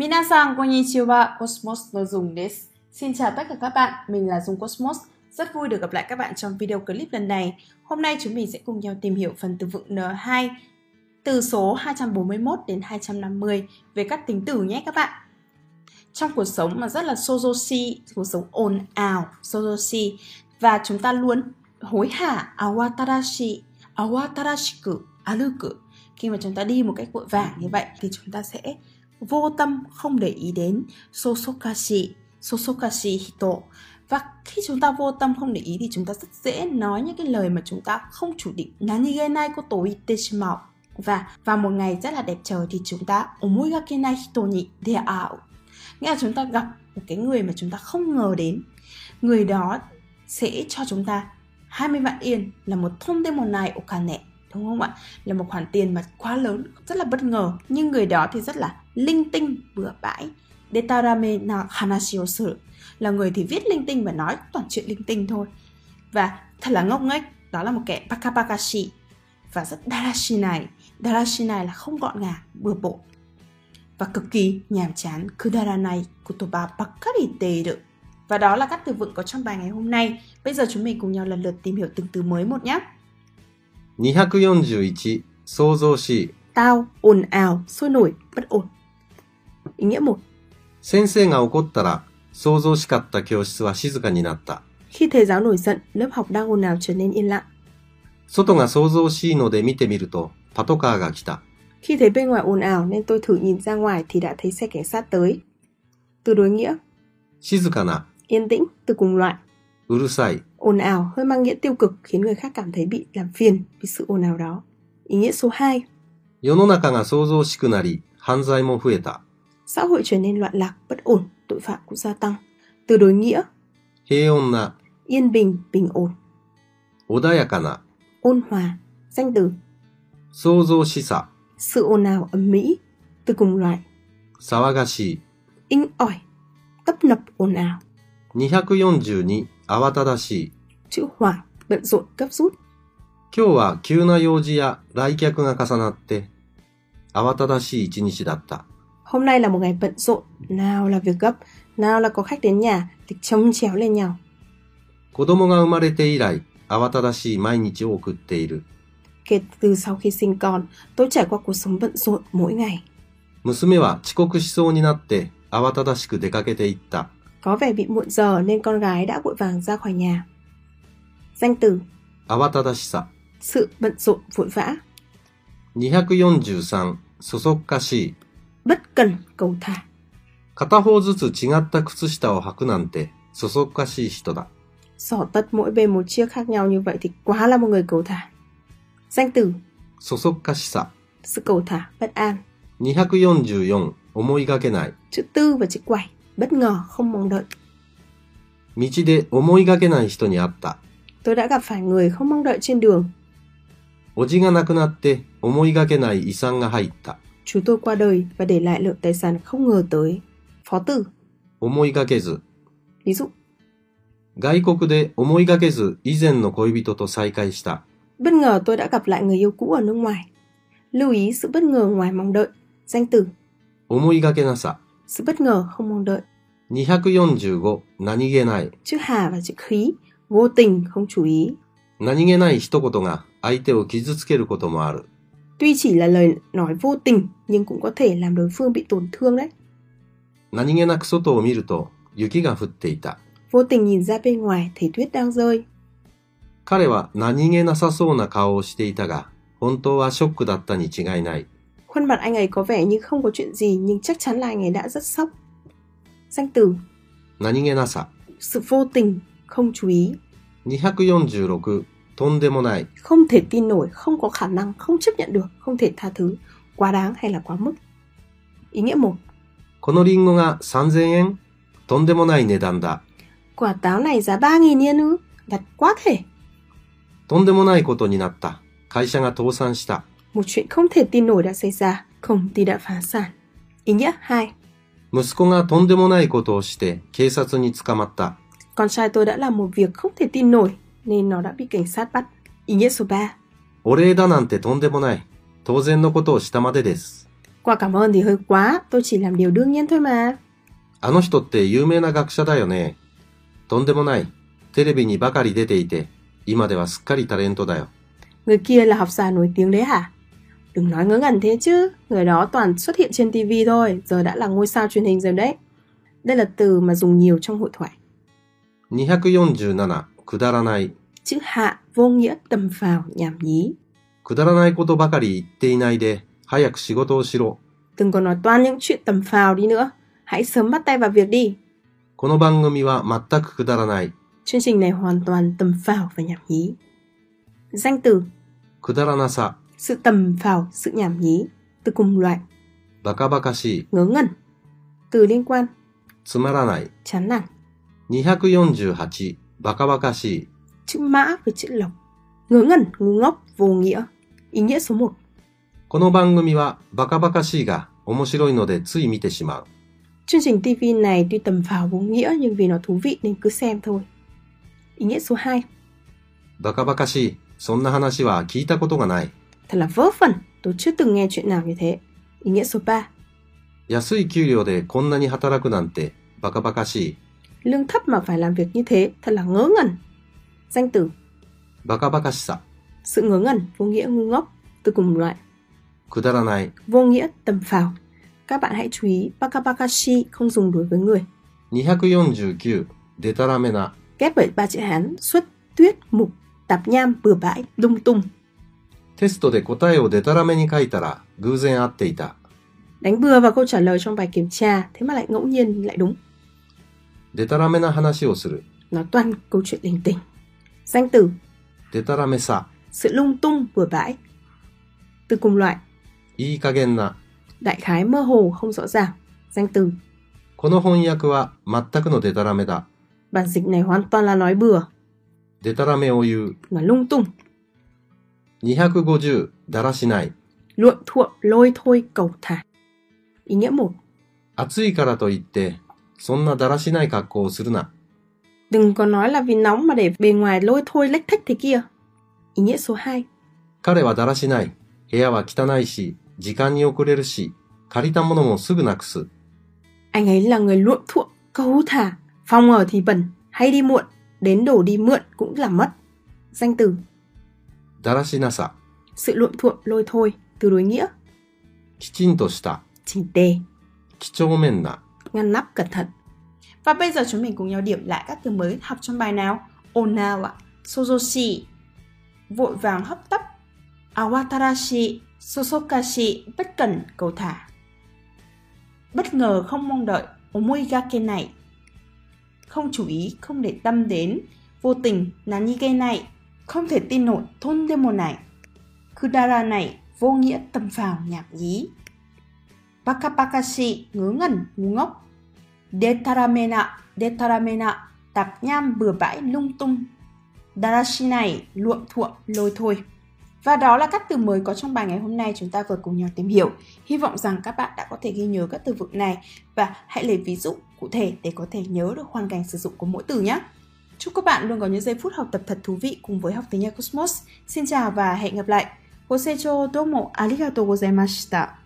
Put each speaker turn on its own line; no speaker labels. Minasan konnichiwa, Cosmos Đồ Dùng des. Xin chào tất cả các bạn, mình là Dung Cosmos. Rất vui được gặp lại các bạn trong video clip lần này. Hôm nay chúng mình sẽ cùng nhau tìm hiểu phần từ vựng N2 từ số 241 đến 250 về các tính từ nhé các bạn. Trong cuộc sống mà rất là sozoshi, cuộc sống ồn ào, sozoshi và chúng ta luôn hối hả awatarashi, awatarashiku, aruku. Khi mà chúng ta đi một cách vội vàng như vậy thì chúng ta sẽ vô tâm không để ý đến sosokashi, sosokashi hito. Và khi chúng ta vô tâm không để ý thì chúng ta rất dễ nói những cái lời mà chúng ta không chủ định. Nanigenai koto itte shimau. Và vào một ngày rất là đẹp trời thì chúng ta omoigakenai hito ni deau. Nghĩa là chúng ta gặp một cái người mà chúng ta không ngờ đến. Người đó sẽ cho chúng ta 20 vạn yên là một thông tin một này okane đúng không ạ là một khoản tiền mà quá lớn rất là bất ngờ nhưng người đó thì rất là linh tinh bừa bãi detarame na hanashi o suru là người thì viết linh tinh và nói toàn chuyện linh tinh thôi và thật là ngốc nghếch đó là một kẻ pakapakashi và rất darashi này darashi này là không gọn gàng bừa bộn và cực kỳ nhàm chán kudaranai kotoba bakkari teiru và đó là các từ vựng có trong bài ngày hôm nay. Bây giờ chúng mình cùng nhau lần lượt tìm hiểu từng từ mới một nhé.
241創造し
Tao, ồn ào, sôi nổi, bất ổn. Ý nghĩa 1.
先生が怒ったら創造しかった教室は静かになった
Khi thầy giáo nổi giận, lớp học đang ồn ào trở nên yên lặng.
外が創造しいので見てみるとパトカーが来た
Khi thấy bên ngoài ồn ào nên tôi thử nhìn ra ngoài thì đã thấy xe cảnh sát tới. Từ đối nghĩa,
静かな
yên tĩnh, từ cùng loại,
うるさい
ồn ào hơi mang nghĩa tiêu cực khiến người khác cảm thấy bị làm phiền vì sự ồn ào đó. Ý nghĩa số 2.
世の中が創造しくなり犯罪も増えた
Xã hội trở nên loạn lạc, bất ổn, tội phạm cũng gia tăng. Từ đối nghĩa,
平穏な
yên bình, bình ổn,
穏やかな
ôn hòa, danh từ,
創造しさ
sự ồn ào ầm mỹ, từ cùng loại,
騒がしい
inh ỏi, tấp nập ồn ào,
242慌ただしい
chữ hoảng, bận rộn gấp rút.
今日は急な用事や来客が重なって慌ただしい一日だった
Hôm nay là một ngày bận rộn, nào là việc gấp, nào là có khách đến nhà, thì chống chéo lên nhau.
子供が生まれて以来、慌ただしい毎日を送っている。
Kể từ sau khi sinh con, tôi trải qua cuộc sống bận rộn mỗi ngày.
娘は遅刻しそうになって、慌ただしく出かけていった。
Có vẻ bị muộn giờ nên con gái đã vội vàng ra khỏi nhà. Danh từ,
慌ただしさ。
sự bận rộn vội vã,
243、そそっかしい。
bất cần cầu thả.
片方ずつ違った靴下を履くなんて、そそっかしい人だ。
Sỏ tất mỗi bên một chiếc khác nhau như vậy thì quá là một người cầu thả. Danh từ,
そそっかしさ。
sự cầu thả, bất an.
244、思いがけない。
Chữ tư và chữ quẩy, bất ngờ, không mong đợi.
道で思いがけない人に会った。
Tôi đã gặp phải người không mong đợi trên đường.
おじが亡くなって、思いがけない遺産が入った。
Chú tôi qua đời và để lại lượng tài sản không ngờ tới. Phó tử,
思いがけず。
ví dụ,
外国で思いがけず以前の恋人と再会した。
bất ngờ tôi đã gặp lại người yêu cũ ở nước ngoài. Lưu ý sự bất ngờ ngoài mong đợi. Danh từ,
思いがけなさ。
sự bất ngờ không mong đợi.
245、何気ない。
Chữ hà và chữ khí, vô tình, không chú ý.
何気ない一言が相手を傷つけることもある。
Tuy chỉ là lời nói vô tình nhưng cũng có thể làm đối phương bị tổn thương đấy.
何気なく外を見ると雪が降っていた。
Vô tình nhìn ra bên ngoài thấy tuyết đang rơi.
彼は何気なさそうな顔をしていたが、本当はショックだったに違いない。
Khuôn mặt anh ấy có vẻ như không có chuyện gì nhưng chắc chắn là anh ấy đã rất sốc. Danh từ,
何気なさ。
sự vô tình, không chú ý,
246、とんでもない。
không thể tin nổi, không có khả năng, không chấp nhận được, không thể tha thứ, quá đáng hay là quá mức. Ý nghĩa 1.
このリンゴが3000円とんでもない値段だ。
Quả táo này giá 3.000 yên ư? Đặt quá thể.
とんでもないことになった。会社が倒産した。
Một chuyện không thể tin nổi đã xảy ra, công ty đã phá sản. Ý nghĩa 2.
息子がとんでもないことをして警察に捕まった。
Con trai tôi đã làm một việc không thể tin nổi nên nó đã bị cảnh sát bắt. Ý nghĩa số 3.
お礼だなんてとんでもない。当然のことをしたまでです。
Quả cảm ơn thì hơi quá, tôi chỉ làm điều đương nhiên thôi mà.
あの人って有名な学者だよね。とんでもない。テレビにばかり出ていて、今ではすっかりタレントだよ。
Người kia là học giả nổi tiếng đấy hả? Đừng nói ngớ ngẩn thế chứ, người đó toàn xuất hiện trên TV thôi, giờ đã là ngôi sao truyền hình rồi đấy. Đây là từ mà dùng nhiều trong hội thoại.
247、くだらない。
Chữ hạ vô nghĩa tầm phào, nhảm nhí.
くだらないことばかり言っていないで、早く仕事をしろ。
Đừng có nói toan những chuyện tầm phào đi nữa. Hãy sớm bắt tay vào việc đi.
この番組は全くくだらない。
Chương trình này hoàn toàn tầm phào và nhảm nhí. Danh từ
くだらなさ、
sự tầm phào, sự nhảm nhí, từ cùng loại,
バカバカしい、
ngớ ngẩn. Từ liên quan
つまらない。
chán nản,
248、バカバカしい。
chữ mã với chữ lộc. Ngớ ngẩn, ngu ngốc, vô nghĩa. Ý nghĩa số 1.
この番組はバカバカしいが面白いのでつい見てしまう。
Chương trình TV này tuy tầm phào vô nghĩa nhưng vì nó thú vị nên cứ xem thôi. Ý nghĩa số 2.
バカバカしい。そんな話は聞いたことがない。
Thật là vớ vẩn, tôi chưa từng nghe chuyện nào như thế. Ý nghĩa số 3.
安い給料でこんなに働くなんてバカバカしい。
Lương thấp mà phải làm việc như thế, thật là ngớ ngẩn. Danh từ,
バカバカしさ。
sự ngớ ngẩn, vô nghĩa ngu ngốc, từ cùng loại.
くだらない。
vô nghĩa tầm phào. Các bạn hãy chú ý bakabakashi không dùng đối với người.
249、でたらめな。
Ghép bởi ba chữ Hán xuất tuyết mục tạp nham bừa bãi lung tung.
テストで答えをでたらめに書いたら偶然合っていた。
Đánh bừa vào câu trả lời trong bài kiểm tra thế mà lại ngẫu nhiên lại đúng.
でたらめな話をする。
Nó toàn câu chuyện linh tinh. Danh từ
でたらめさ。
sự lung tung bừa bãi. Từ cùng loại
いい加減な。
đại khái mơ hồ không rõ ràng. Danh từ
この翻訳は全くのでたらめだ。
bản dịch này hoàn toàn là nói bừa,
でたらめを言う。
nói lung tung,
250、だらしない。
luộm thuộm lôi thôi cầu thả. Ý nghĩa một
暑いからといって、そんなだらしない格好をするな。
Đừng có nói là vì nóng mà để bề ngoài lôi thôi lách thách thế kia. Ý nghĩa số 2.
彼はだらしない。部屋は汚いし、時間に遅れるし、借りたものもすぐなくす。
Anh ấy là người luộm thuộm, cấu thả, phòng ở thì bẩn, hay đi muộn, đến đổ đi mượn cũng là mất. Danh từ,
だらしなさ。
sự luộm thuộm lôi thôi, từ đối nghĩa,
きちんとした。
chỉnh tề,
几帳面な。
ngăn nắp cẩn thận. Và bây giờ chúng mình cùng nhau điểm lại các từ mới học trong bài nào. Onawa, sozoshi, vội vàng hấp tấp, awatarashi, sosokashi, bất cần, cầu thả. Bất ngờ không mong đợi, omoigake này. Không chú ý, không để tâm đến, vô tình, nanige này. Không thể tin nổi, tondemo này. Kudara này, vô nghĩa tầm phào, nhảm nhí. Bakabakashi, ngớ ngẩn, ngu ngốc. Detaramena, detaramena, tạp nham bừa bãi lung tung. Darashi này, luộm thuộm, lôi thôi. Và đó là các từ mới có trong bài ngày hôm nay chúng ta vừa cùng nhau tìm hiểu. Hy vọng rằng các bạn đã có thể ghi nhớ các từ vựng này và hãy lấy ví dụ cụ thể để có thể nhớ được hoàn cảnh sử dụng của mỗi từ nhé. Chúc các bạn luôn có những giây phút học tập thật thú vị cùng với học tiếng Nhật Cosmos. Xin chào và hẹn gặp lại.ご清聴どうもありがとうございました。